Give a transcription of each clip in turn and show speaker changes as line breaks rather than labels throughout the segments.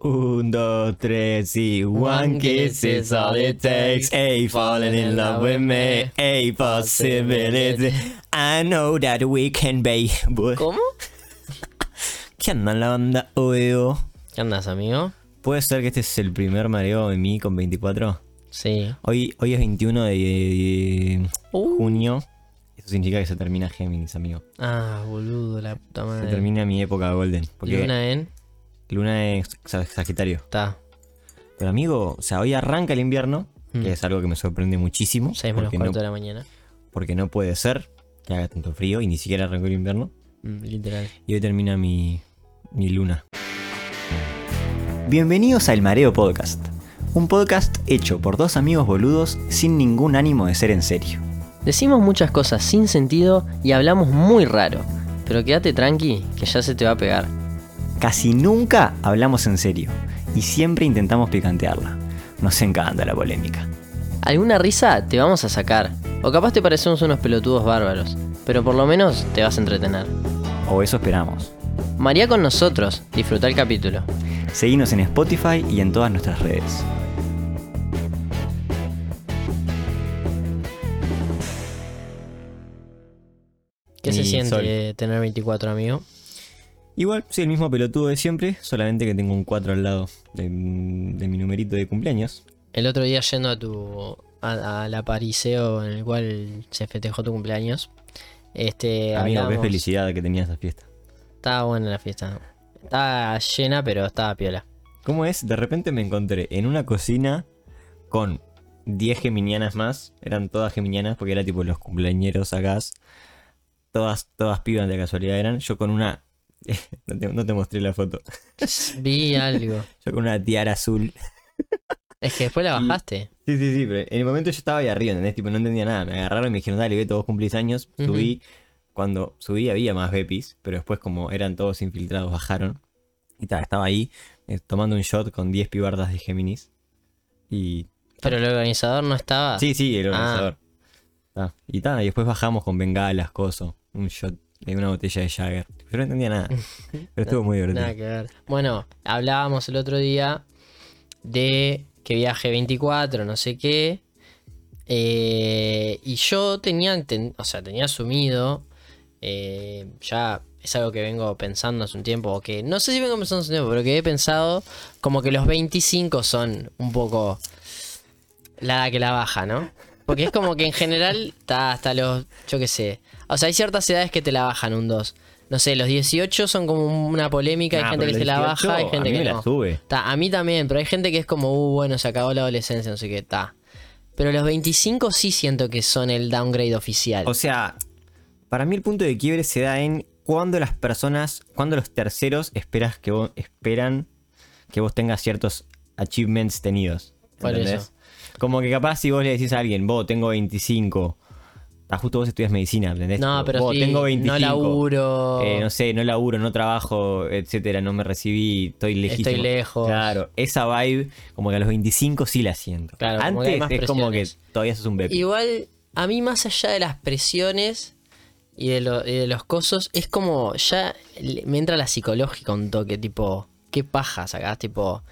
Un, dos, tres y one kiss is all it takes. Hey, falling in love with me. Hey, possibility. I know that we can be. Boy.
¿Cómo?
¿Qué onda la banda OEO?
¿Qué andas, amigo?
¿Puede ser que este es el primer mareo de mí con 24?
Sí.
Hoy, hoy es 21 de, de- de
Uh.
junio. Eso significa que se termina Géminis, amigo.
Ah, boludo, la puta
Se
madre.
termina mi época golden. Porque Eh. Luna,
Luna en.
es sa- Sagitario.
Está.
Pero amigo, o sea, hoy arranca el invierno,
Mm.
que es algo que me sorprende muchísimo.
6 menos
porque, no,
4 de la mañana.
porque no puede ser que haga tanto frío y ni siquiera arrancó el invierno.
Mm, literal.
Y hoy termina mi, mi luna. Bienvenidos al Mareo Podcast. Un podcast hecho por dos amigos boludos sin ningún ánimo de ser en serio.
Decimos muchas cosas sin sentido y hablamos muy raro. Pero quédate tranqui, que ya se te va a pegar.
Casi nunca hablamos en serio y siempre intentamos picantearla. Nos encanta la polémica.
Alguna risa te vamos a sacar. O capaz te parecemos unos pelotudos bárbaros. Pero por lo menos te vas a entretener.
O eso esperamos.
María con nosotros. Disfruta el capítulo.
Seguinos en Spotify y en todas nuestras redes.
¿Qué se
Y
siente
Sol.
eh, tener 24, amigo?
Igual, soy el mismo pelotudo de siempre, solamente que tengo un 4 al lado de, de mi numerito de cumpleaños.
El otro día yendo a tu. a- al apariceo en el cual se festejó tu cumpleaños. Este.
Amigo, qué
hablamos-
felicidad que tenía esa fiesta.
Estaba buena la fiesta. Estaba llena, pero estaba piola.
¿Cómo es? De repente me encontré en una cocina con 10 geminianas más. Eran todas geminianas porque era tipo los cumpleañeros acá. Todas, todas pibas de casualidad eran. Yo con una... No te, no te mostré la foto.
Vi algo.
Yo con una tiara azul.
Es que después la
Y-
bajaste.
Sí, sí, sí, pero en el momento yo estaba ahí arriba, ¿entendés? Tipo, no entendía nada. Me agarraron y me dijeron, dale, Beto, vos cumplís años.
Ujú.
Subí. Cuando subí había más Bepis, pero después como eran todos infiltrados, bajaron. Y ta, estaba ahí eh, tomando un shot con 10 pibardas de Géminis. Y...
Pero el organizador no estaba.
Sí, sí, el
Ah.
organizador. Ta, Ah, Y ta, y después bajamos con bengalas, coso. Un shot de una botella de Jagger. Yo no entendía nada. Pero estuvo muy divertido.
Nada que ver. Bueno, hablábamos el otro día de que viaje 24, no sé qué. Eh, y yo tenía, enten- o sea, tenía asumido, eh, ya es algo que vengo pensando hace un tiempo, o que no sé si vengo pensando hace un tiempo, pero que he pensado como que los 25 son un poco la edad que la baja, ¿no? Porque es como que en general está hasta los, yo qué sé. O sea, hay ciertas edades que te la bajan un 2. No sé, los 18 son como una polémica, hay
Nah,
gente
Ah, pero
que
los
se la
18
baja, hay
a
gente
mí
que
me
no.
la sube.
Ta, a mí también, pero hay gente que es como, uh, bueno, se acabó la adolescencia, no sé qué, ta. Pero los 25 sí siento que son el downgrade oficial.
O sea, para mí el punto de quiebre se da en cuando las personas, cuando los terceros esperas que vos, esperan que vos tengas ciertos achievements tenidos.
Por
¿Entendés?
eso.
Como que capaz si vos le decís a alguien, vos tengo 25, ah, justo vos estudias medicina, ¿entendés?
no,
Tipo,
pero
vos
sí,
tengo 25.
no laburo.
eh, no sé, no laburo, no trabajo, etcétera, no me recibí, estoy lejísimo.
Estoy lejos.
Claro, esa vibe, como que a los 25 sí la siento.
Claro, como que hay
Antes
más
es como que
presiones.
todavía sos un bebé.
Igual, a mí más allá de las presiones y de, lo- y de los cosos, es como ya le- me entra la psicológica un toque, tipo, qué paja sacás, tipo,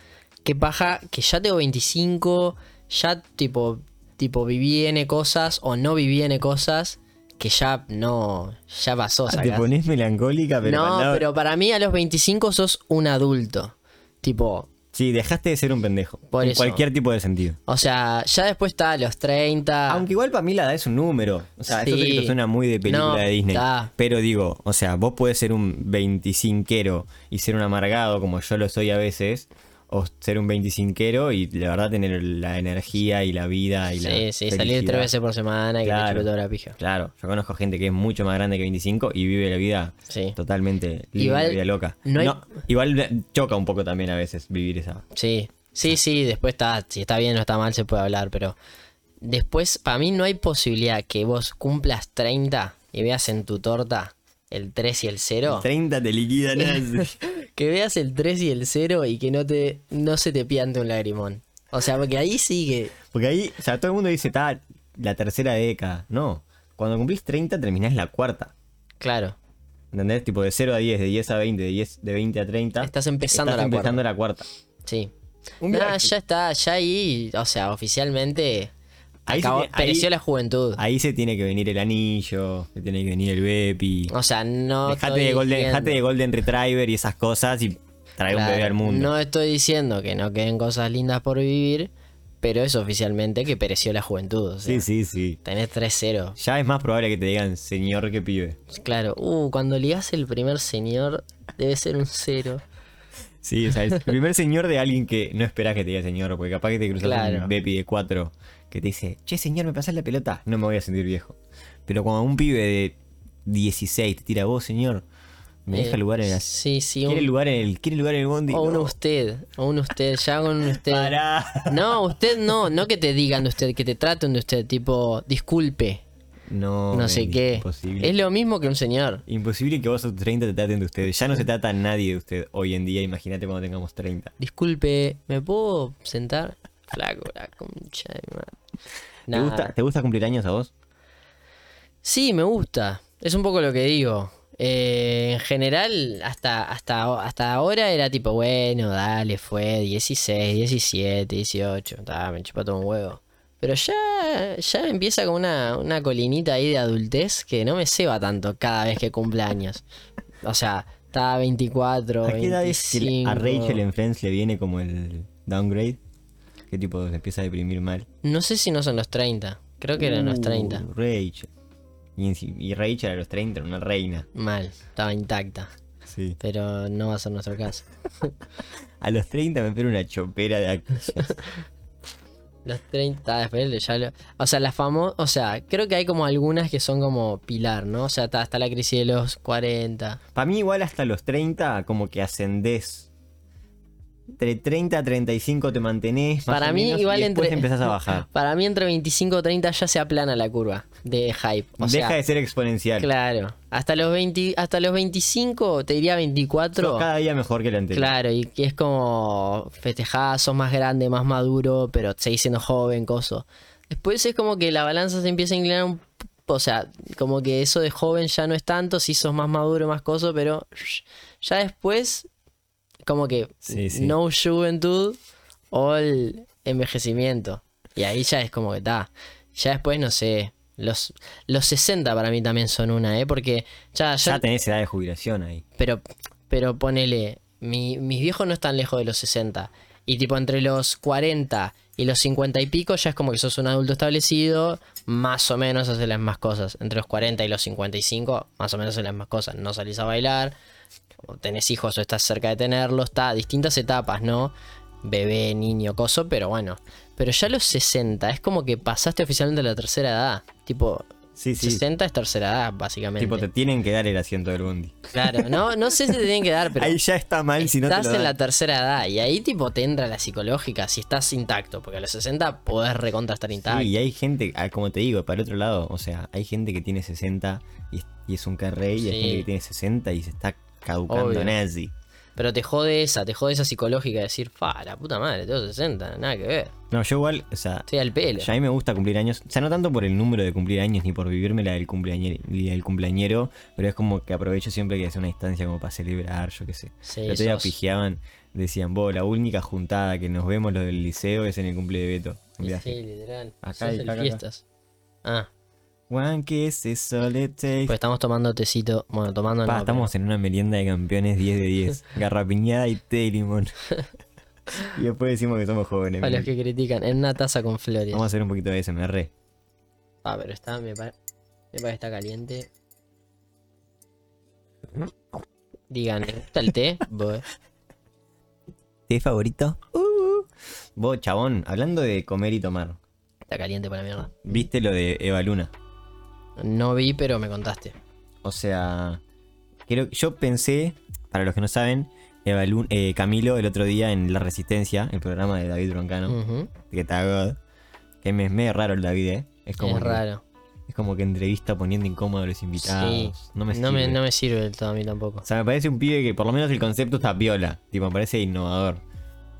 qué paja que ya tengo 25, ya tipo, tipo viví N cosas o no viví N cosas que ya no, ya pasó,
Ah, te
sacás.
pones melancólica, pero
no,
mandaba-
pero para mí a los 25 sos un adulto, tipo,
Sí, dejaste de ser un pendejo.
Por
en
eso.
cualquier tipo de sentido.
o sea, ya después está a los 30.
Aunque igual para mí la edad es un número. O sea, eso
Ah. Sí.
sé que te suena muy de película
No,
de Disney.
ta.
Pero digo, o sea, vos puedes ser un 25 y ser un amargado como yo lo soy a veces. O ser un 25 y la verdad tener la energía y la vida y la.
Sí, sí, salir
felicidad.
tres veces por semana y que te
Claro.
chupe toda la pija.
Claro, yo conozco gente que es mucho más grande que 25 y vive la vida
Sí.
totalmente libre,
Igual
la vida loca.
no hay-
igual choca un poco también a veces vivir esa.
Sí, sí, sí, después está, si está bien o está mal se puede hablar, pero después, para mí no hay posibilidad que vos cumplas 30 y veas en tu torta el 3 y el 0.
30 te liquidan. ¿no?
Que veas el 3 y el 0 y que no, te, no se te piante un lagrimón. O sea, porque ahí sí que...
Porque ahí, o sea, todo el mundo dice, está la tercera década. No. Cuando cumplís 30 terminás la cuarta.
Claro,
¿Entendés? Tipo de 0 a 10, de 10 a 20, de 10 de 20 a 30.
Estás empezando
estás
la
empezando la cuarta.
Sí.
Un
Nah,
viaje.
ya está, ya ahí, o sea, oficialmente
Ahí se
acabó-
tiene- ahí-
pereció la juventud.
Ahí se tiene que venir el anillo, se tiene que venir el Bepi.
O sea, no.
dejate,
estoy
de golden,
diciendo-
dejate de Golden Retriever y esas cosas y trae un
Claro,
bebé al mundo.
No estoy diciendo que no queden cosas lindas por vivir, pero es oficialmente que pereció la juventud. O
sí,
sea,
sí, sí.
Tenés 3-0.
Ya es más probable que te digan señor que pibe.
Claro, uh, cuando ligás el primer señor, debe ser un cero.
Sí, o sea, es el primer señor de alguien que no esperás que te diga señor, porque capaz que te cruzas
Claro.
un Bepi de cuatro que te dice, che señor, me pasás la pelota, no me voy a sentir viejo. Pero cuando un pibe de 16 te tira vos, señor, me
Eh,
deja lugar en la...
Sí, sí,
¿Quiere
un-
lugar en el, quiere lugar en el bondi?
o un
No.
usted, o un usted, ya con un usted.
Pará.
No, usted no, no que te digan de usted, que te traten de usted, tipo, disculpe,
No,
no sé
men,
qué.
Imposible.
Es lo mismo que un señor.
Imposible que vos a tus 30 te traten de ustedes. Ya no se trata a nadie de usted hoy en día, imagínate cuando tengamos 30.
Disculpe, ¿me puedo sentar? Flaco, la concha de mi madre.
¿Te,
Nah.
gusta, ¿Te gusta cumplir años a vos?
Sí, me gusta. Es un poco lo que digo. Eh, en general, hasta, hasta, hasta ahora era tipo, bueno, dale, fue 16, 17, 18, ta, me chupa todo un huevo. Pero ya, ya empieza con una, una colinita ahí de adultez que no me ceba tanto cada vez que cumple años. O sea, está 24,
¿A qué edad es que le-
25.
a Rachel en Friends le viene como el downgrade? ¿Qué tipo se empieza a deprimir mal?
No sé si no son los 30. Creo que eran los
Uh,
30.
Rachel. Y, enci- y Rachel a los 30 era una reina.
Mal, estaba intacta.
Sí.
Pero no va a ser nuestro caso.
A los 30 me espera una chopera de acciones.
Los 30, después ya lo- O sea, las famosas. O sea, creo que hay como algunas que son como pilar, ¿no? O sea, está, está la crisis de los 40.
Para mí igual hasta los 30 como que ascendés. Entre 30 a 35 te mantenés. más
Para
o
mí
menos,
igual
y después
entre-
empezás a bajar.
Para mí, entre 25 y 30 ya se aplana la curva de hype. O
Deja
sea,
de ser exponencial.
claro. Hasta los, 20, hasta los 25, te diría 24.
Sos cada día mejor que el anterior.
Claro, y que es como festejás, sos más grande, más maduro, pero seguís siendo joven, coso. Después es como que la balanza se empieza a inclinar un p- o sea, como que eso de joven ya no es tanto, si sos más maduro, más coso, pero shh, ya después, como que
Sí, sí.
no juventud o el envejecimiento. Y ahí ya es como que está. Ya después, no sé, los, los 60 para mí también son una, ¿eh? Porque ya,
Ya tenés edad de jubilación ahí.
pero, pero ponele, mi- mis viejos no están lejos de los 60. Y tipo entre los 40 y los 50 y pico ya es como que sos un adulto establecido, más o menos haces las más cosas. Entre los 40 y los 55, más o menos haces las más cosas. No salís a bailar, o tenés hijos o estás cerca de tenerlos, está, distintas etapas, ¿no? Bebé, niño, coso, pero bueno. Pero ya a los 60 es como que pasaste oficialmente a la tercera edad. Tipo,
Sí, sí.
60 es tercera edad, básicamente.
Tipo, te tienen que dar el asiento del bondi.
Claro, no, no sé si te tienen que dar, pero
ahí ya está mal si no te
estás
lo
en
dan.
la tercera edad y ahí tipo te entra la psicológica si estás intacto, porque a los 60 podés recontra estar intacto.
Sí, y hay gente, ah, como te digo, para el otro lado, o sea, hay gente que tiene 60 y, es- y es un carré y hay
Sí.
gente que tiene 60 y se está caducando
Obvio.
nazi.
Pero te jode esa, te jode esa psicológica de decir, fa, la puta madre, tengo 60, nada que ver,
No, yo igual, o sea,
estoy al pelo.
ya a mí me gusta cumplir años, o sea, no tanto por el número de cumplir años ni por vivirme la del cumpleañero, del cumpleañero, pero es como que aprovecho siempre que es una instancia como para celebrar, yo qué sé.
Sí,
El otro día
sos-
pijeaban, decían, vos, la única juntada que nos vemos los del liceo es en el cumple de Beto. Un
sí,
viaje.
literal.
Acá
sos
y
el
acá, acá.
fiestas. Ah,
One kiss is all it takes.
pues estamos tomando tecito, bueno, tomando
Pa,
no,
estamos en una merienda de campeones 10 de 10. Garrapiñada y té y limón. y después decimos que somos jóvenes.
pero- Para los
miren.
que critican, en una taza con flores.
Vamos a hacer un poquito de SMR.
Ah, pero está, me parece me pare que está caliente. Digan, ¿les gusta el té? Bo-
¿Té favorito? Uh. Vos, chabón, hablando de comer y tomar,
Está caliente para la mierda.
¿viste lo de Eva Luna?
No vi, pero me contaste.
O sea, creo, yo pensé, para los que no saben, Eva Lu- eh, Camilo el otro día en La Resistencia, el programa de David Broncano,
Ujú.
que está God, que me es medio raro el David, ¿eh? Es como,
Es
que,
raro.
es como que entrevista poniendo incómodo a los invitados. No me
No me,
sirve.
no me sirve del todo a mí tampoco.
O sea, me parece un pibe que por lo menos el concepto está piola. Tipo, me parece innovador.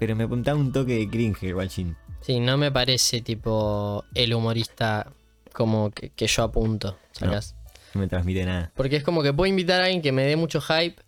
Pero me apuntaba un toque de cringe el guachín.
Sí, no me parece tipo el humorista como que, que yo apunto. ¿sacás?
No me transmite nada.
Porque es como que puedo invitar a alguien que me dé mucho hype,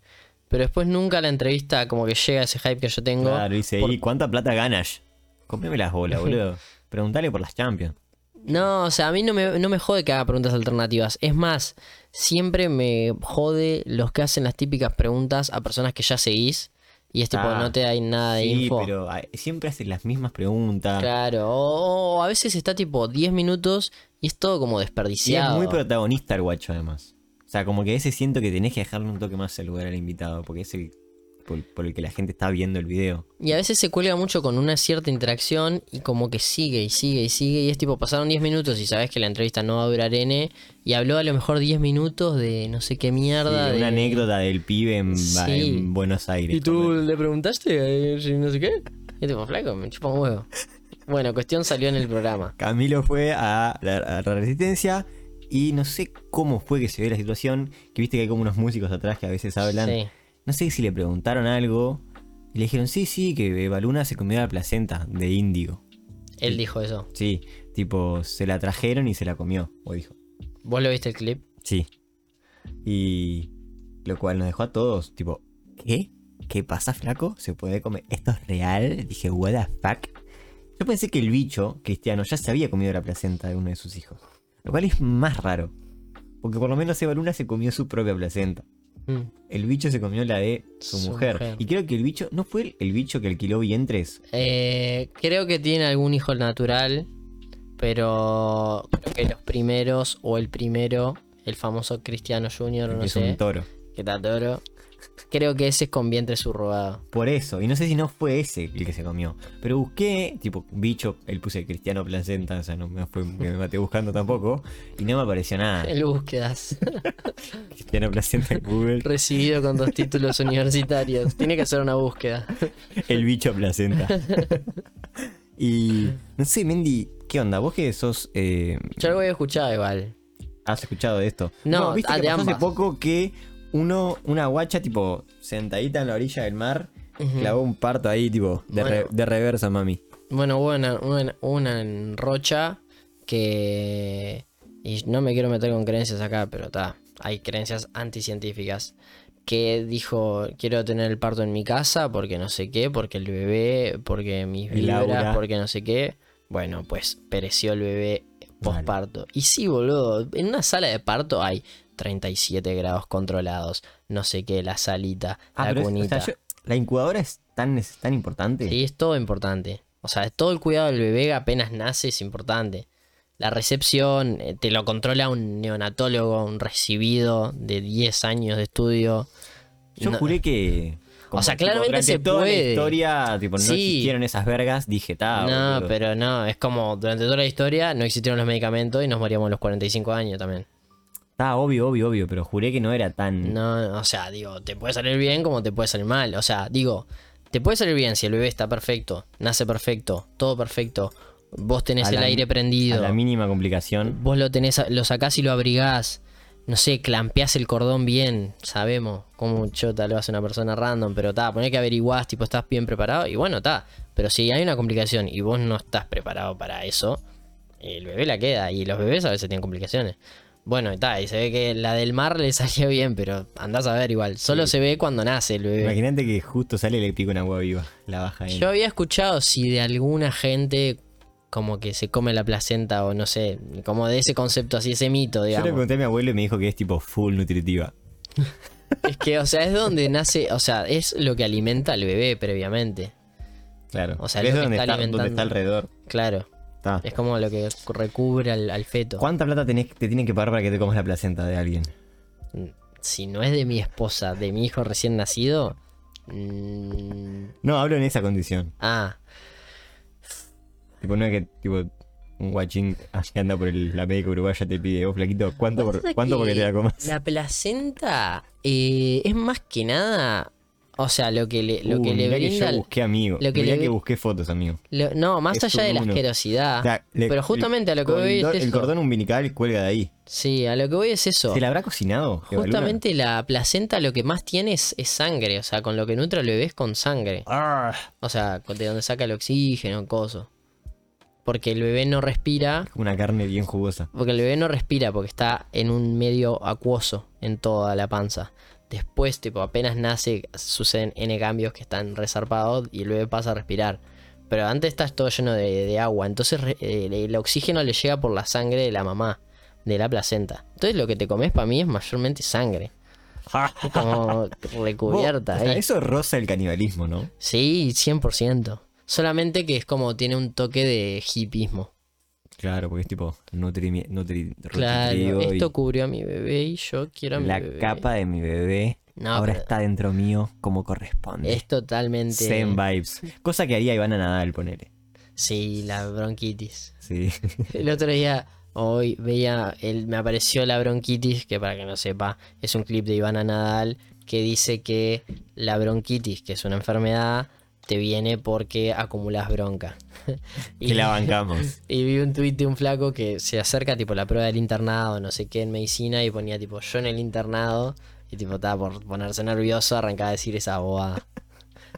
Pero después nunca la entrevista como que llega a ese hype que yo tengo.
Claro, dice,
por-
¿y cuánta plata ganas? Comprame las bolas, boludo. Preguntale por las Champions.
No, o sea, a mí no me, no me jode que haga preguntas alternativas. Es más, siempre me jode los que hacen las típicas preguntas a personas que ya seguís y es tipo,
Ah,
no te da nada de
Sí,
info.
pero ah, siempre hace las mismas preguntas.
Claro, o, o a veces está tipo 10 minutos y es todo como
Y es
desperdiciado.
muy protagonista el guacho, además. O sea, como que ese siento que tenés que dejarle un toque más el lugar al invitado, porque es el por, por el que la gente está viendo el video.
Y a veces se cuelga mucho con una cierta interacción y como que sigue y sigue y sigue. Y es tipo, pasaron 10 minutos y sabes que la entrevista no va a durar N. Y habló a lo mejor 10 minutos de no sé qué mierda.
Sí,
de...
una anécdota del pibe en, ba-
Sí.
en Buenos Aires.
¿Y tú le preguntaste eh, si no sé qué? Y tipo, flaco, me chupa un huevo. Bueno, cuestión salió en el programa.
Camilo fue a la, a la Resistencia y no sé cómo fue que se ve la situación, que viste que hay como unos músicos atrás que a veces hablan.
Sí.
No sé si le preguntaron algo y le dijeron, sí, sí, que Baluna se comió la placenta de índigo.
Él dijo eso.
Sí, tipo, se la trajeron y se la comió, o dijo.
¿Vos lo viste el clip?
Sí. Y lo cual nos dejó a todos, tipo, ¿qué? ¿Qué pasa, flaco? ¿Se puede comer? ¿Esto es real? Dije, what the fuck. Yo pensé que el bicho, Cristiano, ya se había comido la placenta de uno de sus hijos. Lo cual es más raro. Porque por lo menos Eva Luna se comió su propia placenta.
Mm.
El bicho se comió la de su,
Su
mujer.
mujer.
Y creo que el bicho, ¿no fue el, el bicho que alquiló vientres?
Eh, creo que tiene algún hijo natural. Pero creo que los primeros o el primero, el famoso Cristiano Junior, no
que es
sé,
un toro.
que está toro. Creo que ese es con vientre subrogado.
Por eso, y no sé si no fue ese el que se comió. Pero busqué, tipo, bicho, él puse Cristiano Placenta, o sea, no me, fue, que me maté buscando tampoco. Y no me apareció nada.
En búsquedas.
Cristiano Placenta en Google,
Recibido con dos títulos universitarios. Tiene que hacer una búsqueda.
el bicho Placenta. y no sé, Mendy, ¿qué onda? Vos que sos. eh,
Yo algo había escuchado igual.
¿Has escuchado de esto?
No,
viste
ah,
que
de
pasó hace
ambas.
poco que uno, una guacha, tipo, sentadita en la orilla del mar, clavó un parto ahí, tipo, de, re-
Bueno.
de reversa, mami.
Bueno, hubo una, una, una en Rocha que. Y no me quiero meter con creencias acá, pero está. Hay creencias anticientíficas. Que dijo: Quiero tener el parto en mi casa porque no sé qué, porque el bebé, porque mis
El aura.
vibras, porque no sé qué. Bueno, pues pereció el bebé posparto. Y sí, boludo, en una sala de parto hay 37 grados controlados, no sé qué, la salita,
Ah,
la
pero es- o sea,
cunita.
yo- la incubadora es tan, es tan importante.
Sí, es todo importante. O sea, todo el cuidado del bebé apenas nace es importante. La recepción eh, te lo controla un neonatólogo, un recibido de 10 años de estudio.
Yo
No-
juré que. como,
sea,
tipo,
claramente
durante
se
toda La
puede.
historia, tipo, no
Sí.
existieron esas vergas, dije, ta.
no,
boludo".
pero no, es como durante toda la historia no existieron los medicamentos y nos moríamos a los 45 años también.
Ta, obvio, obvio, obvio, pero juré que no era tan.
No, o sea, digo, te puede salir bien como te puede salir mal. O sea, digo, te puede salir bien si el bebé está perfecto, nace perfecto, todo perfecto, vos tenés
A
el
la-
aire
a
prendido.
la mínima complicación.
Vos lo tenés, lo sacás y lo abrigás. No sé, clampeás el cordón bien. Sabemos cómo chota lo hace una persona random, pero ta, poné que averiguás, tipo, estás bien preparado. Y bueno, ta. Pero si hay una complicación y vos no estás preparado para eso, el bebé la queda. Y los bebés a veces tienen complicaciones. Bueno, y ta, y se ve que la del mar le salió bien, pero andás a ver igual. Solo se ve cuando nace el bebé.
Imagínate que justo sale y le pica una agua viva. La baja ahí.
Yo había escuchado si de alguna gente como que se come la placenta o no sé, como de ese concepto así, ese mito,
Yo le
digamos.
pregunté a mi abuelo y me dijo que es tipo full nutritiva.
Es que, o sea, es donde nace, o sea, es lo que alimenta al bebé previamente.
Claro.
O sea,
Que
lo
es
que
donde
está
está, donde
alimentando.
está alrededor.
Claro,
Ta.
es como lo que recubre al, al feto.
¿Cuánta plata tenés, te tienen que pagar para que te comas la placenta de alguien?
Si no es de mi esposa, de mi hijo recién nacido. mm,
No, hablo en esa condición.
ah,
Tipo, no es que tipo un guachín que anda por el, la médica uruguaya te pide, vos flaquito, ¿cuánto,
Pasa
por, cuánto
que
porque te la comas?
La placenta eh, es más que nada, o sea, lo que le, lo
Uh,
que le
mirá
brinda.
que yo busqué amigo.
lo que
mirá
le
que
brin-
busqué fotos, amigo.
lo- no, más
es
allá de la
uno.
asquerosidad.
O sea, le-
pero justamente a lo que
el
voy
cordón-
es
El
eso.
cordón umbilical cuelga de ahí.
Sí, a lo que voy es eso.
¿Se la habrá cocinado? Eva Luna?
Justamente la placenta lo que más tiene es, es sangre, o sea, con lo que nutre al bebé es con sangre.
Ah,
O sea, con- de donde saca el oxígeno, coso. Porque el bebé no respira,
como una carne bien jugosa.
porque el bebé no respira porque está en un medio acuoso en toda la panza. Después, tipo, apenas nace, suceden N cambios que están resarpados y luego pasa a respirar. Pero antes estás todo lleno de, de agua. Entonces re- el, el oxígeno le llega por la sangre de la mamá, de la placenta. Entonces lo que te comes para mí es mayormente sangre. Es como recubierta.
Vos- o sea,
ahí.
Eso roza el canibalismo, ¿no?
Sí, 100%. Solamente que es como tiene un toque de hippismo.
Claro, porque es tipo nutri, nutri
Claro,
nutritivo y
esto cubrió a mi bebé y yo quiero a mi
la
bebé.
capa de mi bebé
No,
ahora
pero-
está dentro mío como corresponde.
Es totalmente.
Zen vibes. Cosa que haría Iván Nadal, ponele.
Sí, la bronquitis.
Sí.
El otro día, hoy veía, el- me apareció la bronquitis, que para que no sepa, es un clip de Ivana Nadal que dice que la bronquitis, que es una enfermedad, te viene porque acumulas bronca.
y la bancamos.
Y vi un tuit de un flaco que se acerca tipo a la prueba del internado, no sé qué, en medicina, y ponía tipo yo en el internado, y tipo estaba por ponerse nervioso, arrancaba a decir esa bobada.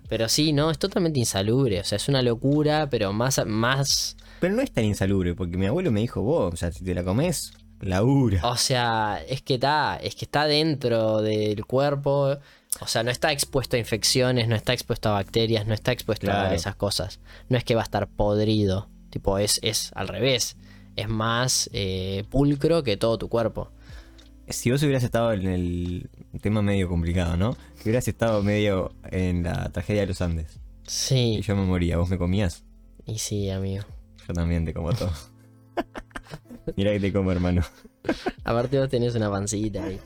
Pero sí, no, es totalmente insalubre, o sea, es una locura, pero más, más,
Pero no es tan insalubre, porque mi abuelo me dijo, vos, o sea, si te la comes, labura.
o sea, es que está, es que está dentro del cuerpo, o sea, no está expuesto a infecciones, no está expuesto a bacterias, no está expuesto a
Claro.
esas cosas, no es que va a estar podrido, tipo, es, es al revés, es más eh, pulcro que todo tu cuerpo.
Si vos hubieras estado en el tema medio complicado, ¿no? Si hubieras estado medio en la tragedia de los Andes. Y
Sí,
yo me moría, vos me comías.
y sí, amigo.
Yo también te como todo. Mirá que te como, hermano.
Aparte vos tenés una pancita ahí.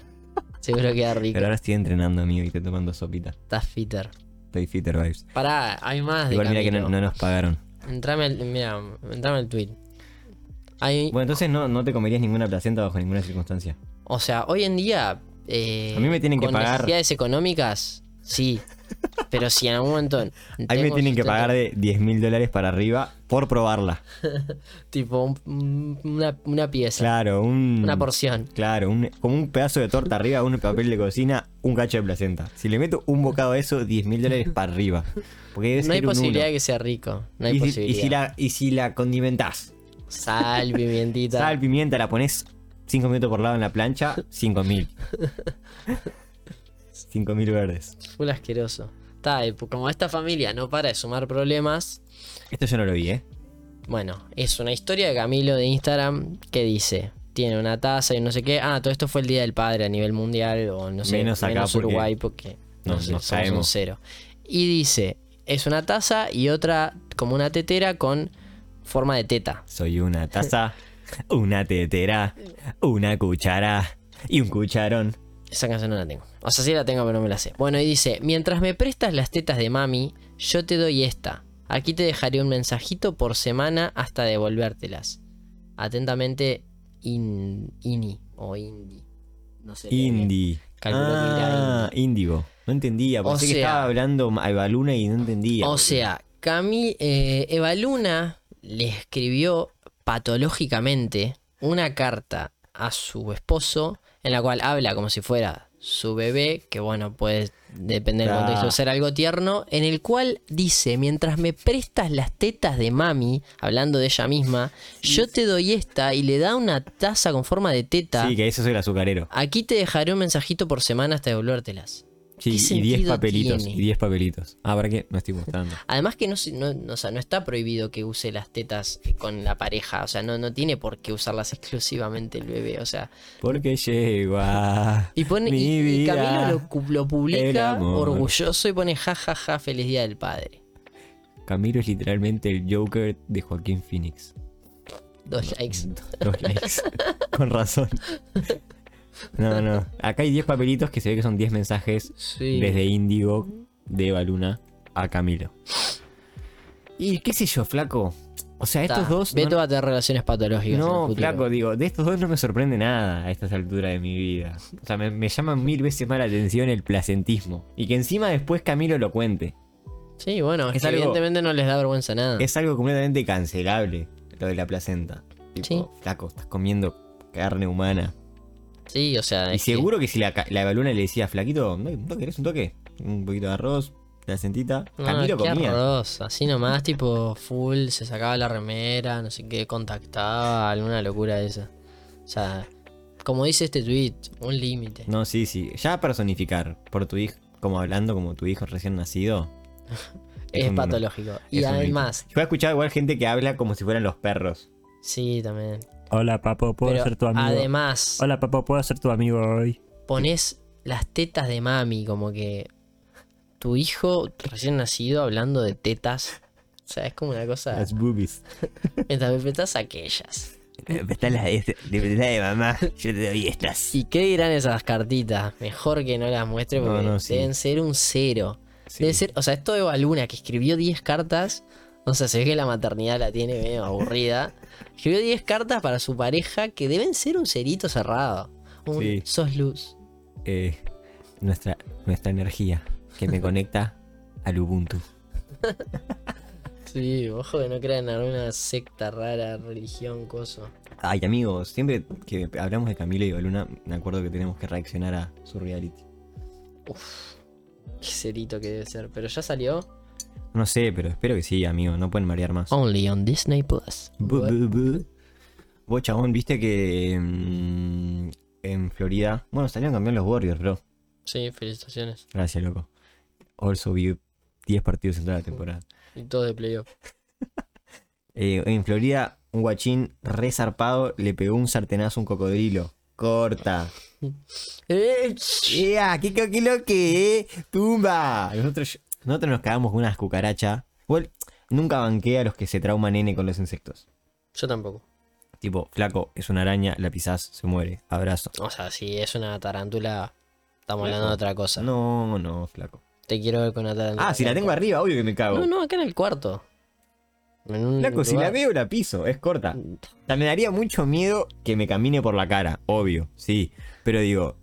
Seguro queda rico.
Pero ahora estoy entrenando, amigo, y estoy tomando sopita.
Estás fitter.
Estoy fitter vibes.
Pará, hay más Ah, de
Igual mira que no,
camino.
no nos pagaron.
Entrame al, mira, entrame al tweet. Hay,
Bueno, entonces no, no te comerías ninguna placenta bajo ninguna circunstancia.
o sea, hoy en día... eh,
A mí me tienen que
con
pagar-
necesidades económicas, sí. Pero si en algún momento...
A mí me
tengo
tienen que
sustento-
pagar de 10 mil dólares para arriba por probarla.
Tipo un- un- una, una pieza,
Claro, un.
una porción.
Claro, un- como un pedazo de torta arriba, un papel de cocina, un cacho de placenta. Si le meto un bocado a eso, 10 mil dólares para arriba. Porque debe
No hay
ser un
posibilidad de
uno.
que sea rico. No hay
y, si, y
posibilidad.
si la, y si la condimentás,
Sal, pimientita.
sal, pimienta, la pones 5 minutos por lado en la plancha, 5 mil. 5 mil verdes.
Full asqueroso. Está, y como esta familia no para de sumar problemas,
Esto yo no lo vi, ¿eh?
bueno, es una historia de Camilo de Instagram que dice, tiene una taza y no sé qué, ah, todo esto fue el Día del Padre a nivel mundial o no sé,
Menos acá porque
Uruguay porque
no-
no, sé,
no
somos un
sabemos.
cero. Y dice, es una taza y otra como una tetera con forma de teta.
Soy una taza, una tetera, una cuchara y un cucharón.
Esa canción no la tengo. O sea, sí la tengo, pero no me la sé. Bueno, y dice: Mientras me prestas las tetas de mami, yo te doy esta. Aquí te dejaré un mensajito por semana hasta devolvértelas. Atentamente, in- Ini o Indi. No sé. leer bien.
Indie.
Calculo que era
ah, índigo. No entendía,
O
pensé que
sea-
estaba hablando a Evaluna y no entendía.
O
boludo.
sea, Cami, eh, Eva Luna le escribió patológicamente una carta a su esposo en la cual habla como si fuera su bebé, que bueno, puede, depender del
Ah.
contexto, ser algo tierno, en el cual dice, mientras me prestas las tetas de mami, hablando de ella misma, yo te doy esta y le da una taza con forma de teta.
Sí, que eso soy el azucarero.
Aquí te dejaré un mensajito por semana hasta devolvértelas.
Sí,
¿Qué
y 10
sentido
papelitos.
tiene?
Y 10 papelitos. Ah, ¿para qué? No estoy mostrando.
Además que no, se- no, no, o sea, no está prohibido que use las tetas con la pareja, o sea, no, no tiene por qué usarlas exclusivamente el bebé, o sea.
Porque llegua.
Y, pone,
mi
y- y
vida.
Camilo lo, cu- lo
el
publica
amor.
orgulloso y pone jajaja, ja, ja, feliz día del padre.
Camilo es literalmente el Joker de Joaquín Phoenix.
Dos likes.
Los likes. Con razón. No, no. Acá hay 10 papelitos que se ve que son 10 mensajes
Sí.
desde Índigo de Eva Luna a Camilo. Y qué sé yo, flaco. O sea, estos dos.
Ve
no-
tú a tener relaciones patológicas. en el
No,
futuro.
flaco, digo, de estos dos no me sorprende nada a estas alturas de mi vida. O sea, me, me llama mil veces más la atención el placentismo. Y que encima después Camilo lo cuente.
Sí, bueno, es
Es
que
algo-
evidentemente no les da vergüenza nada.
Es algo completamente cancelable, lo de la placenta. Tipo,
Sí.
flaco, estás comiendo carne humana.
Sí, o sea.
Y
es que-
seguro que si la, ca- la Evaluna le decía, flaquito, ¿no no querés un toque? Un poquito de arroz, placentita.
No,
Camilo
Ah, qué
comía.
arroz, así nomás, tipo full, se sacaba la remera, no sé qué, contactaba, alguna locura de esa. O sea, como dice este tweet, un límite.
No, sí, sí. Ya personificar por tu hijo, como hablando como tu hijo recién nacido.
Es,
un-
patológico. y
es un
además,
Yo he escuchado igual gente que habla como si fueran los perros.
sí, también.
Hola, papo, ¿puedo
Pero
ser tu amigo?
además,
Hola, papo, ¿puedo ser tu amigo hoy?
pones las tetas de mami, como que tu hijo recién nacido hablando de tetas. O sea, es como una cosa.
Las boobies.
Mientras me prestás aquellas.
Está la de, mamá. Yo te doy estas.
¿Y qué dirán esas cartitas? Mejor que no las muestre
No,
porque
no, sí.
deben ser un cero.
Sí.
Debe ser, o sea, esto de Baluna que escribió 10 cartas. O sea, se ve que la maternidad la tiene medio aburrida. Escribió 10 cartas para su pareja que deben ser un cerito cerrado. Un
Sí.
sos luz.
Eh, nuestra, nuestra energía que me conecta al Ubuntu.
Sí, ojo que no crean en alguna secta rara, religión, coso.
Ay, amigos, siempre que hablamos de Camilo y Baluna, me acuerdo que tenemos que reaccionar a su reality.
Uf, qué cerito que debe ser. Pero ya salió.
No sé, pero espero que sí, amigo. No pueden marear más.
Only on Disney Plus.
Bu, bu, bu. Vos, chabón, viste que mm, en Florida. Bueno, salieron campeón los Warriors, bro.
Sí, felicitaciones.
Gracias, loco. Also vi 10 partidos en toda la temporada.
Y todo de playoff.
Eh, en Florida, un guachín resarpado le pegó un sartenazo a un cocodrilo. Corta.
Eh,
¡Ea! ¡Qué coquilo que! eh! ¡Tumba! Nosotros, nosotros nos cagamos con unas cucarachas. Igual, nunca banqué a los que se trauman nene con los insectos.
yo tampoco.
Tipo, flaco, es una araña, la pisás, se muere. Abrazo.
O sea, si es una tarántula, estamos hablando de otra cosa.
No, no, flaco.
Te quiero ver con una tarántula.
Ah, si la
blanca.
tengo arriba, obvio que me cago.
No, no, acá en el cuarto. En un
Flaco, si la
lugar.
veo, la piso, es corta. O sea, me daría mucho miedo que me camine por la cara, obvio, sí. Pero digo,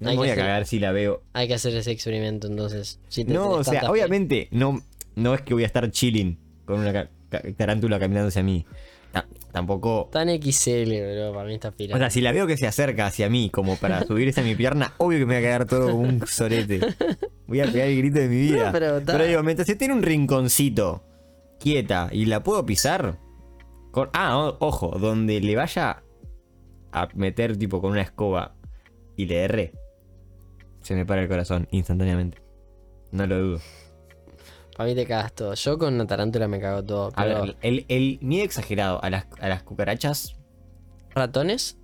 no
Hay
me
que
voy a
hacer-
cagar si la veo.
Hay que hacer ese experimento entonces. si te
No,
tenés
o sea,
tanta fe.
obviamente no, no es que voy a estar chilling con una ca- ca- tarántula caminando hacia mí. Ta- tampoco...
Tan XL, bro, para mí está pila.
O sea, si la veo que se acerca hacia mí como para subirse a mi pierna, obvio que me voy a cagar todo como un sorete. Voy a pegar el grito de mi vida.
No, pero ta-
digo, mientras esté en un rinconcito, quieta, y la puedo pisar. con- Ah, o- ojo, donde le vaya a meter tipo con una escoba y le erre, se me para el corazón instantáneamente. No lo dudo.
Para mí te cagas todo. Yo con una tarántula me cago todo.
A
Pero
ver, el, el miedo exagerado a las, a las cucarachas.
ratones,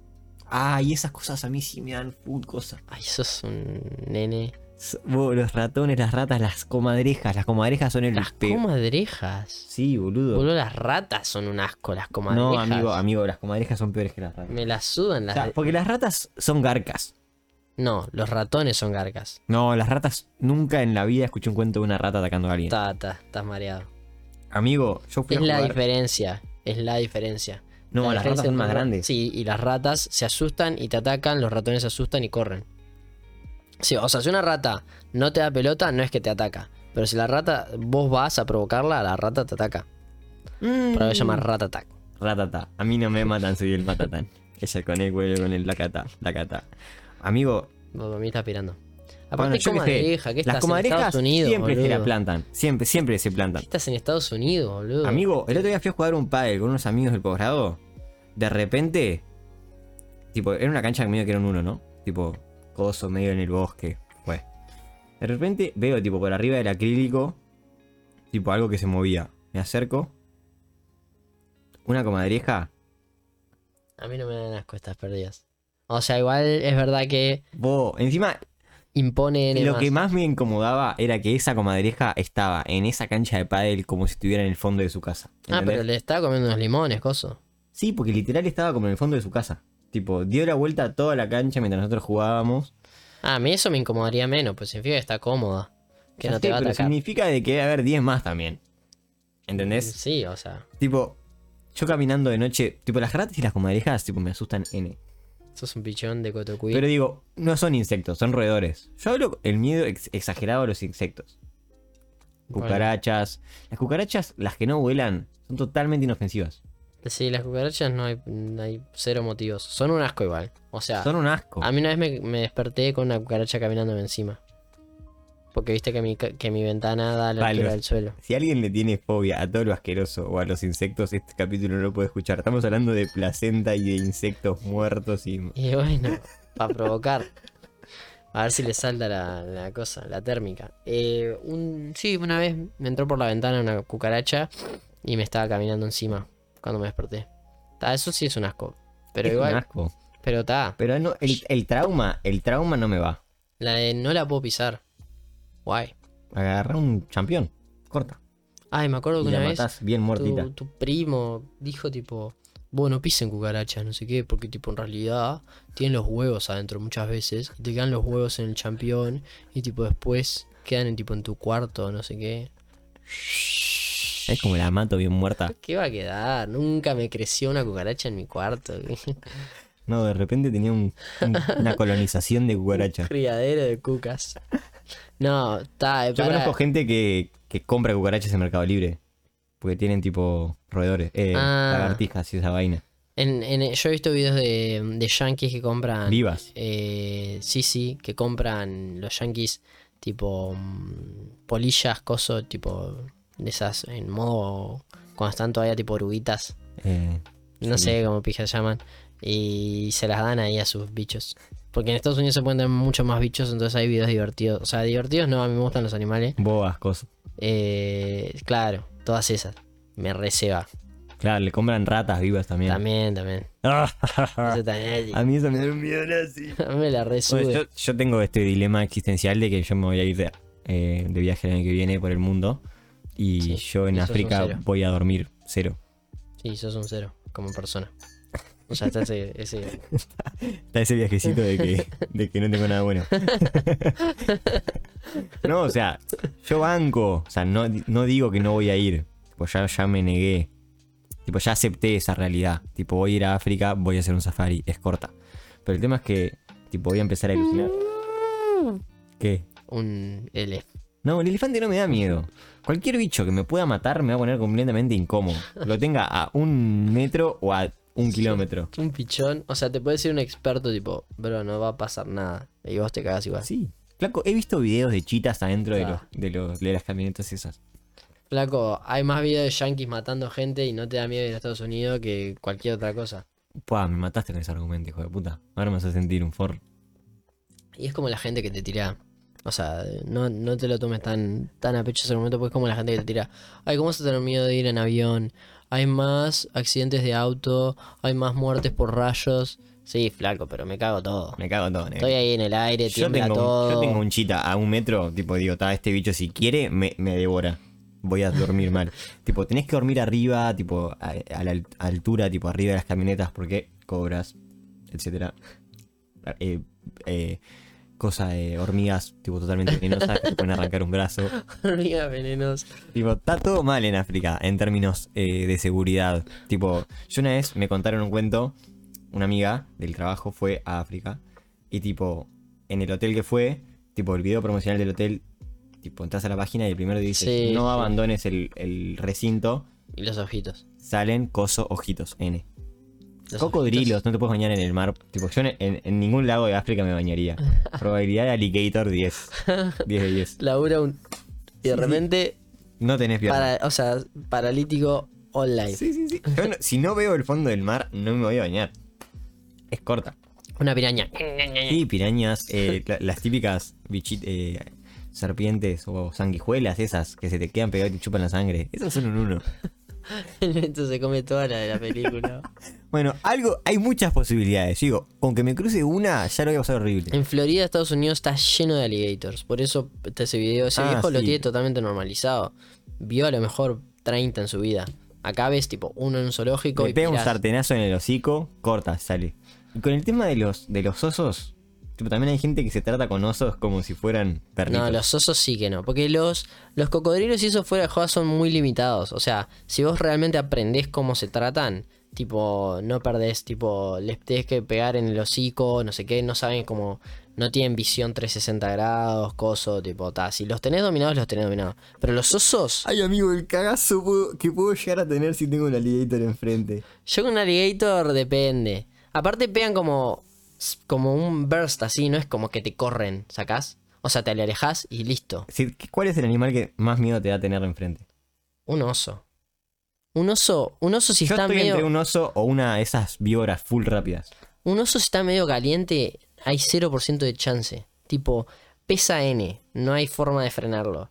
Ah, y esas cosas a mí sí me dan full cosas.
ay, sos un nene.
S- vos, los ratones, las ratas, las comadrejas. Las comadrejas son el
Las
peor.
comadrejas.
Sí, boludo.
Boludo, las ratas son un asco, las comadrejas.
no, amigo, amigo, las comadrejas son peores que las ratas.
Me las sudan
O
las.
sea, porque las ratas son garcas.
No, los ratones son garcas.
No, las ratas. Nunca en la vida escuché un cuento de una rata atacando a alguien.
Está, está, estás mareado.
Amigo, yo fui
Es
a
la
jugar.
diferencia. Es la diferencia.
No,
La
las
diferencia
ratas son
entre
más
ra-
grandes.
Sí, y las ratas se asustan y te atacan, los ratones se asustan y corren. Sí, o sea, si una rata no te da pelota, no es que te ataca. Pero si la rata, vos vas a provocarla, la rata te ataca. Por eso se llama rat attack.
Mm. Ratata. A mí no me matan, soy el matatán. Ella con el cuello, con el lacata, lacata. Amigo,
No, a mí está pirando.
bueno, yo
Aparte,
qué sé,
comadreja, ¿qué estás
las
en
comadrejas
Estados Unidos?
siempre se la
boludo?
plantan. Siempre, siempre se plantan.
¿Qué estás en Estados Unidos, boludo?
Amigo, el otro día fui a jugar un pádel con unos amigos del posgrado. De repente, tipo, era una cancha medio que era un uno, ¿no? Tipo, coso medio en el bosque. Fue. De repente veo, tipo, por arriba del acrílico, tipo, algo que se movía. Me acerco. Una comadreja.
A mí no me dan asco estas pérdidas. O sea, igual es verdad que
Vos, encima,
impone N
lo que
más.
más me incomodaba era que esa comadreja estaba en esa cancha de pádel como si estuviera en el fondo de su casa.
Ah,
¿entendés?
pero le está comiendo unos limones, coso.
Sí, porque literal estaba como en el fondo de su casa. Tipo, dio la vuelta a toda la cancha mientras nosotros jugábamos.
Ah, a mí eso me incomodaría menos, pues significa que está cómoda. Que
Ya
no te
sé,
va a
pero
atacar.
significa de que debe haber 10 más también. ¿Entendés?
Sí, o sea,
Tipo, yo caminando de noche, tipo las ratas y las comadrejas, tipo, me asustan N.
sos un pichón de cotocuí.
Pero digo, no son insectos, son roedores. Yo hablo el miedo ex- exagerado a los insectos.
Bueno.
Cucarachas. Las cucarachas, las que no vuelan, son totalmente inofensivas.
Sí, las cucarachas no hay, no hay cero motivos. Son un asco igual. O sea,
Son un asco.
a mí una vez me, me desperté con una cucaracha caminándome encima. Porque viste que mi, ca- que mi ventana da a la
Vale.
altura del suelo.
Si alguien le tiene fobia a todo lo asqueroso o a los insectos, este capítulo no lo puede escuchar. Estamos hablando de placenta y de insectos muertos y...
Y bueno, para provocar. A ver si le salta la, la cosa, la térmica. Eh, un, sí, una vez me entró por la ventana una cucaracha y me estaba caminando encima cuando me desperté. Ta, eso sí es un asco. Pero
Es un
igual,
asco.
pero está.
Pero no, el, el trauma, el trauma no me va.
La de no la puedo pisar. Guay.
Agarra un champión, corta.
Ay, me acuerdo que
Y la
una vez
matás bien muertita.
tu, tu primo dijo tipo, vos no pisen cucarachas, no sé qué, porque tipo en realidad tienen los huevos adentro muchas veces, y te quedan los huevos en el champión, y tipo después quedan en tipo en tu cuarto, no sé qué.
Es como la mato bien muerta.
¿Qué va a quedar? Nunca me creció una cucaracha en mi cuarto.
No, de repente tenía un- un- una colonización de cucarachas.
Criadero de cucas. No, está,
Yo conozco gente que, que compra cucarachas en Mercado Libre. Porque tienen tipo roedores, eh,
Ah.
lagartijas y esa vaina.
En, en- yo he visto videos de, de yankees que compran.
Vivas.
Eh, sí, sí, que compran los yankees tipo mm, polillas, coso, tipo de esas en modo. Cuando están todavía tipo oruguitas.
Eh,
No
Sí.
sé cómo pijas llaman. Y se las dan ahí a sus bichos. Porque en Estados Unidos se pueden tener muchos más bichos, entonces hay videos divertidos. O sea, divertidos no, a mí me gustan los animales.
bobas, cosas.
Eh, claro, todas esas. Me receba.
Claro, le compran ratas vivas también. Ah,
También, también. Eso también.
A mí eso me da un miedo ahora sí.
Me la resube.
Bueno, yo, yo tengo este dilema existencial de que yo me voy a ir de, eh, de viaje el año que viene por el mundo. Y
Sí,
yo en
eso es un
África
cero.
voy a dormir cero.
Sí, sos un cero como persona. O sea, está ese, ese-
Está ese viajecito de que, de que no tengo nada bueno. no, o sea, yo banco. O sea, no, no digo que no voy a ir. Tipo, ya, ya me negué. Tipo, ya acepté esa realidad. Tipo, voy a ir a África, voy a hacer un safari. Es corta. Pero el tema es que, tipo, voy a empezar a ilusionar. ¿Qué?
un L.
No, el elefante no me da miedo. Cualquier bicho que me pueda matar me va a poner completamente incómodo. Lo tenga a un metro o a un kilómetro.
Un pichón. O sea, te puede decir un experto tipo, bro, no va a pasar nada. Y vos te cagas igual.
Sí. Flaco, he visto videos de chitas adentro de, los,
Ah.
de, los, de las camionetas esas.
Flaco, hay más videos de yankees matando gente y no te da miedo ir a Estados Unidos que cualquier otra cosa.
Pua, me mataste con ese argumento, hijo de puta. Ahora me vas a sentir un for.
Y es como la gente que te tira. O sea, no, no te lo tomes tan, tan a pecho ese momento, pues es como la gente que te tira. Ay, ¿cómo vas a tener miedo de ir en avión? Hay más accidentes de auto, hay más muertes por rayos. Sí, flaco, pero me cago todo.
Me cago en todo, negro.
Estoy ahí en el aire,
Yo
tiembla
tengo, un,
todo.
yo tengo un chita a un metro, tipo, digo, "Ta, este bicho si quiere me, me devora. Voy a dormir mal. tipo, tenés que dormir arriba, tipo, a, a la al- altura, tipo, arriba de las camionetas, porque cobras, etcétera. Eh, eh, cosa de hormigas, tipo, totalmente venenosas que te pueden arrancar un brazo.
Hormiga venenosa.
Tipo, está todo mal en África en términos eh, de seguridad. Tipo, yo una vez me contaron un cuento, una amiga del trabajo fue a África y tipo, en el hotel que fue, tipo, el video promocional del hotel, tipo, entras a la página y el primero te dice,
Sí,
no
sí.
abandones el, el recinto,
Y los ojitos.
salen coso ojitos, N.
Los
Cocodrilos, no te puedes bañar en el mar. Tipo, yo en, en- en ningún lago de África me bañaría. Probabilidad de alligator 10. 10 de 10.
ojitos. Labura un. Y de repente,
No tenés piernas.
para, o sea, paralítico online.
Sí, sí, sí. Yo no- si no veo el fondo del mar, no me voy a bañar. Es corta.
Una piraña.
Sí, pirañas, eh, la- las típicas bichi- eh, serpientes o sanguijuelas esas que se te quedan pegadas y te chupan la sangre. Esas son un uno.
Entonces se come toda la de la película.
Bueno, algo, hay muchas posibilidades. Yo Digo, con que me cruce una, ya lo voy a pasar horrible.
En Florida, Estados Unidos está lleno de alligators. Por eso está ese video. Ese
Ah,
viejo lo
sí.
tiene totalmente normalizado. Vio a lo mejor 30 en su vida. Acá ves tipo uno en un zoológico
Me
y
pega un
mirás.
sartenazo en el hocico, corta, sale. Y con el tema de los, de los osos, tipo, también hay gente que se trata con osos como si fueran perritos.
No, los osos sí que no. Porque los, los cocodrilos y eso fuera de joda son muy limitados. O sea, si vos realmente aprendés cómo se tratan, tipo, no perdés, tipo, les tenés que pegar en el hocico, no sé qué, no saben cómo. No tienen visión 360 grados, coso, tipo, ta. Si los tenés dominados, los tenés dominados. Pero los osos.
Ay, amigo, el cagazo puedo- que puedo llegar a tener si tengo un alligator enfrente.
Yo con un alligator depende. Aparte pegan como. como un burst así, no es como que te corren, ¿sacás? O sea, te le alejas y listo.
Sí, ¿Cuál es el animal que más miedo te da tener enfrente?
Un oso. Un oso, un oso si
Yo
está
estoy
medio.
entre un oso o una de esas víboras full rápidas.
Un oso si está medio caliente, hay 0% de chance. Tipo, pesa N, no hay forma de frenarlo.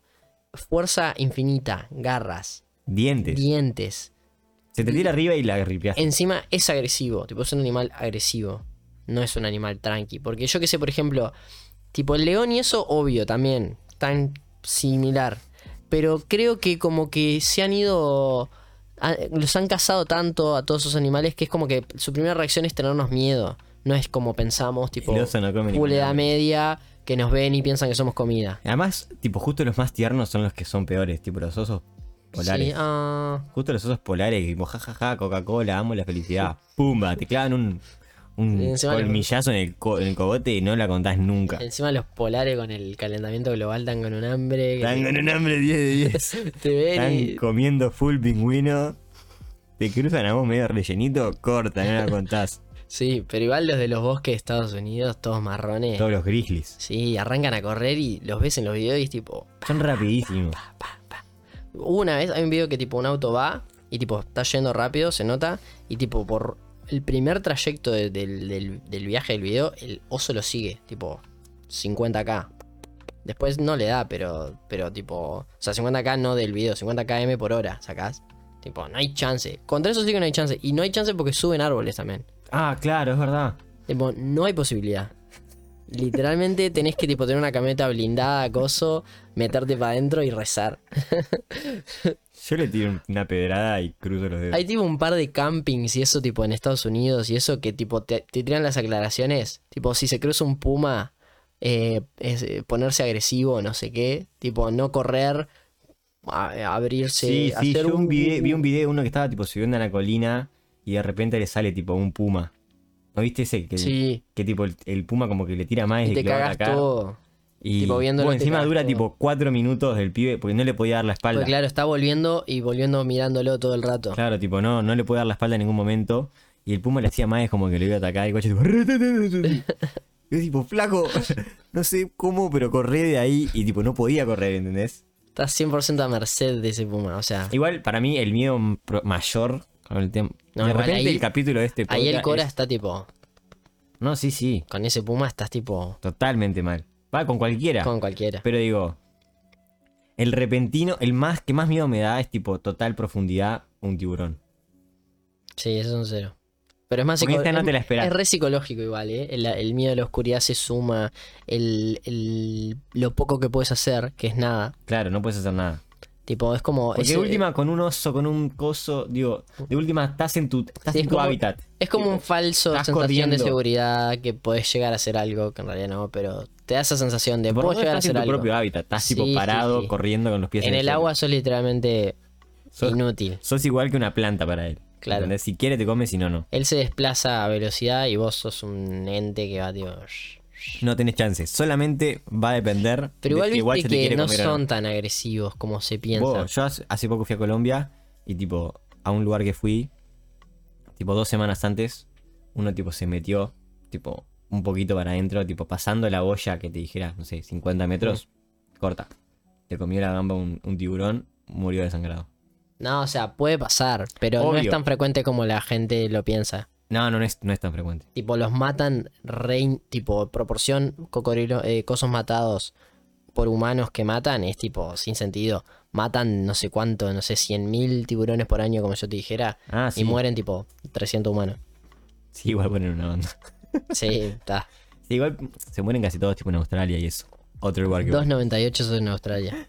Fuerza infinita, garras,
Dientes.
dientes.
Se te tira arriba y la gripeas.
Encima es agresivo, tipo, es un animal agresivo. No es un animal tranqui. Porque yo que sé, por ejemplo, tipo el león y eso, obvio, también. Tan similar. Pero creo que como que se han ido. a- los han cazado tanto a todos esos animales que es como que su primera reacción es tenernos miedo. No es como pensamos, tipo,
El oso no come ni
full edad
nada.
media, que nos ven y piensan que somos comida.
Además, tipo, justo los más tiernos son los que son peores, tipo los osos polares.
Sí, ah,
Justo los osos polares, que tipo, jajaja, Coca-Cola, amo la felicidad. Pumba, te clavan un, un
Y encima le-
colmillazo en el, co- en el cogote y no la contás nunca.
encima los polares con el calentamiento global dan con un hambre. que
Están con un hambre 10 de 10.
te ven y-
Están comiendo full pingüino. Te cruzan a vos medio rellenito, corta, no la contás.
Sí, pero igual los de los bosques de Estados Unidos, todos marrones.
Todos los grizzlies.
Sí, arrancan a correr y los ves en los videos y es tipo.
Son rapidísimos.
pa, pa, pa. Hubo una vez, hay un video que tipo un auto va y tipo está yendo rápido, se nota, y tipo por el primer trayecto de- del, del- del viaje del video, el oso lo sigue, tipo 50k. Después no le da, pero, pero tipo. O sea, 50k no del video, 50km por hora, sacás. Tipo, no hay chance. Contra eso sí que no hay chance. Y no hay chance porque suben árboles también.
Ah, claro, es verdad.
Tipo, no hay posibilidad. Literalmente tenés que tipo tener una camioneta blindada, coso, meterte para adentro y rezar.
Yo le tiro una pedrada y cruzo los dedos.
Hay tipo un par de campings y eso tipo en Estados Unidos y eso que tipo te, te tiran las aclaraciones. Tipo, si se cruza un puma, eh, es, eh, ponerse agresivo, no sé qué. Tipo, no correr, a- abrirse.
Sí, sí,
hacer
yo un vide- vi un video de uno que estaba tipo subiendo a la colina y de repente le sale tipo un puma. ¿No viste ese? Que,
Sí,
que tipo el, el puma como que le tira más
y
y
te
que lo va a
cagas
atacar.
todo.
Y
Tipo, viéndolo
bueno,
te
encima
cagas
dura
todo.
tipo cuatro minutos el pibe porque no le podía dar la espalda.
Porque Pues claro, está volviendo y volviendo mirándolo todo el rato.
Claro, tipo, no, no le puede dar la espalda en ningún momento. Y el puma le hacía más como que lo iba a atacar. Y el coche tipo. Y yo, tipo, flaco. No sé cómo, pero corré de ahí. Y tipo, no podía correr, ¿entendés?
Estás 100% a merced de ese puma, o sea.
Igual, para mí, el miedo m- pro- mayor con el tema.
No,
de
igual
repente
ahí-
el capítulo de este
Ahí el
podcast
Cora
es-
está tipo,
No, sí, sí.
con ese puma estás tipo
Totalmente mal. Va con cualquiera.
con cualquiera.
Pero digo. El repentino, el más que más miedo me da es tipo total profundidad, un tiburón.
Sí, eso es un cero. Pero es más
Porque esta no
es-
te la esperás.
Es re psicológico igual, ¿eh? El, el miedo a la oscuridad se suma, el, el- lo poco que puedes hacer, que es nada.
Claro, no puedes hacer nada.
Tipo, es como...
Porque
es,
de última, con un oso, con un coso, digo, de última estás en tu, estás
Sí,
en
es
tu
como-
hábitat. Eh,
es como un falso
Estás
sensación
corriendo.
de seguridad que podés llegar a hacer algo, que en realidad no, pero te da esa sensación de
Por lo
puedo
menos
llegar a
estás en
hacer
tu
algo.
propio hábitat, estás
Sí, sí,
tipo parado,
sí.
corriendo con los pies
En el
suelo.
agua sos literalmente
Sos-
inútil.
Sos igual que una planta para él.
Claro.
¿entendés? Si quiere te come, si no, no.
Él se desplaza a velocidad y vos sos un ente que va, tipo... shh,
No tenés chance. Solamente va a depender.
Pero igual
de si
viste
igual se te
que
quiere
no
comer o
son tan agresivos como se piensa.
Vos, yo hace, hace poco fui a Colombia y tipo, a un lugar que fui, tipo dos semanas antes, uno tipo se metió, tipo, un poquito para adentro, tipo pasando la boya que te dijera, no sé, 50 metros, corta. Te comió la gamba un, un tiburón, murió desangrado.
No, o sea, puede pasar, pero no es
Obvio.
tan frecuente como la gente lo piensa.
No, no, no es, no es tan frecuente.
Tipo, los matan rein, tipo, proporción cocodrilo, eh, cosos matados por humanos que matan, es tipo, sin sentido. Matan no sé cuánto, no sé, 100.000 tiburones por año, como yo te dijera,
Ah, sí.
y mueren tipo 300 humanos.
Sí, igual ponen una banda.
Sí, está.
Sí, igual se mueren casi todos, tipo en Australia y eso. Otro lugar que
2.98 son en Australia.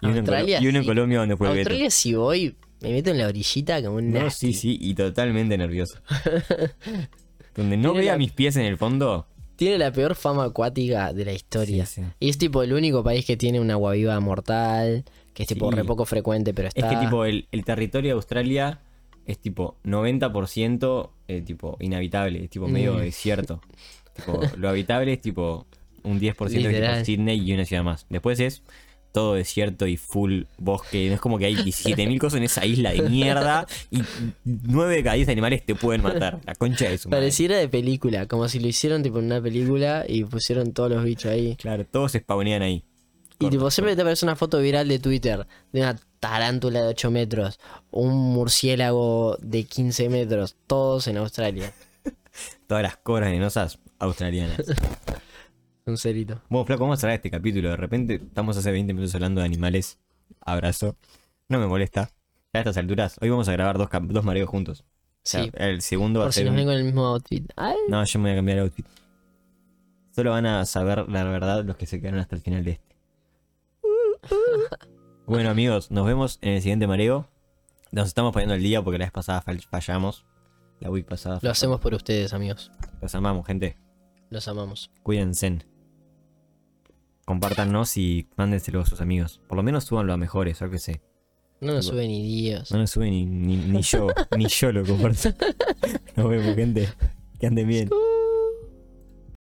y uno en Colo-
Australia,
y uno en
sí.
Colombia donde fue Beto.
Australia si voy, me meto en la orillita como un...
No, sí, sí, y totalmente nervioso. Donde no
Tiene
vea
la-
mis pies en el fondo.
Tiene la peor fama acuática de la historia.
Sí, sí.
Y es tipo el único país que tiene una guaviva mortal, que es tipo
Sí.
re poco frecuente, pero
Es
está.
que tipo el, el territorio de Australia es tipo 90% eh, tipo inhabitable, es tipo medio
Mm.
desierto. Tipo, lo habitable es tipo un 10% de
Literal.
Sydney y una ciudad más. Después es todo desierto y full bosque. Es como que hay 17.000 cosas en esa isla de mierda y 9 de cada 10 animales te pueden matar. La concha de su madre.
Pareciera de película, como si lo hicieron tipo en una película y pusieron todos los bichos ahí.
Claro, todos se spawnean ahí.
Y
Corta,
tipo, siempre te aparece una foto viral de Twitter de una tarántula de 8 metros, un murciélago de 15 metros, todos en Australia.
Todas las cobras venenosas australianas.
Un cerito.
Bueno, Flaco, vamos a cerrar este capítulo. De repente estamos hace 20 minutos hablando de animales. Abrazo. No me molesta. Ya a estas alturas, hoy vamos a grabar dos, cap- dos mareos juntos. O sea,
Sí,
el segundo va a
por si
ser.
nos
un-
ven con el mismo outfit. Ay,
No, yo me voy a cambiar el outfit. Solo van a saber la verdad los que se quedaron hasta el final de este. Bueno, amigos, nos vemos en el siguiente mareo. Nos estamos poniendo el día porque la vez pasada fall- fallamos. La week pasada.
lo hacemos por ustedes, amigos.
Los amamos, gente.
Los amamos.
Cuídense. Compártanos y mándenselo a sus amigos. Por lo menos súbanlo a mejores, yo qué sé.
No nos suben ni Dios.
No lo sube ni, ni, ni yo. ni yo lo comparto. Nos vemos, gente. Que anden bien.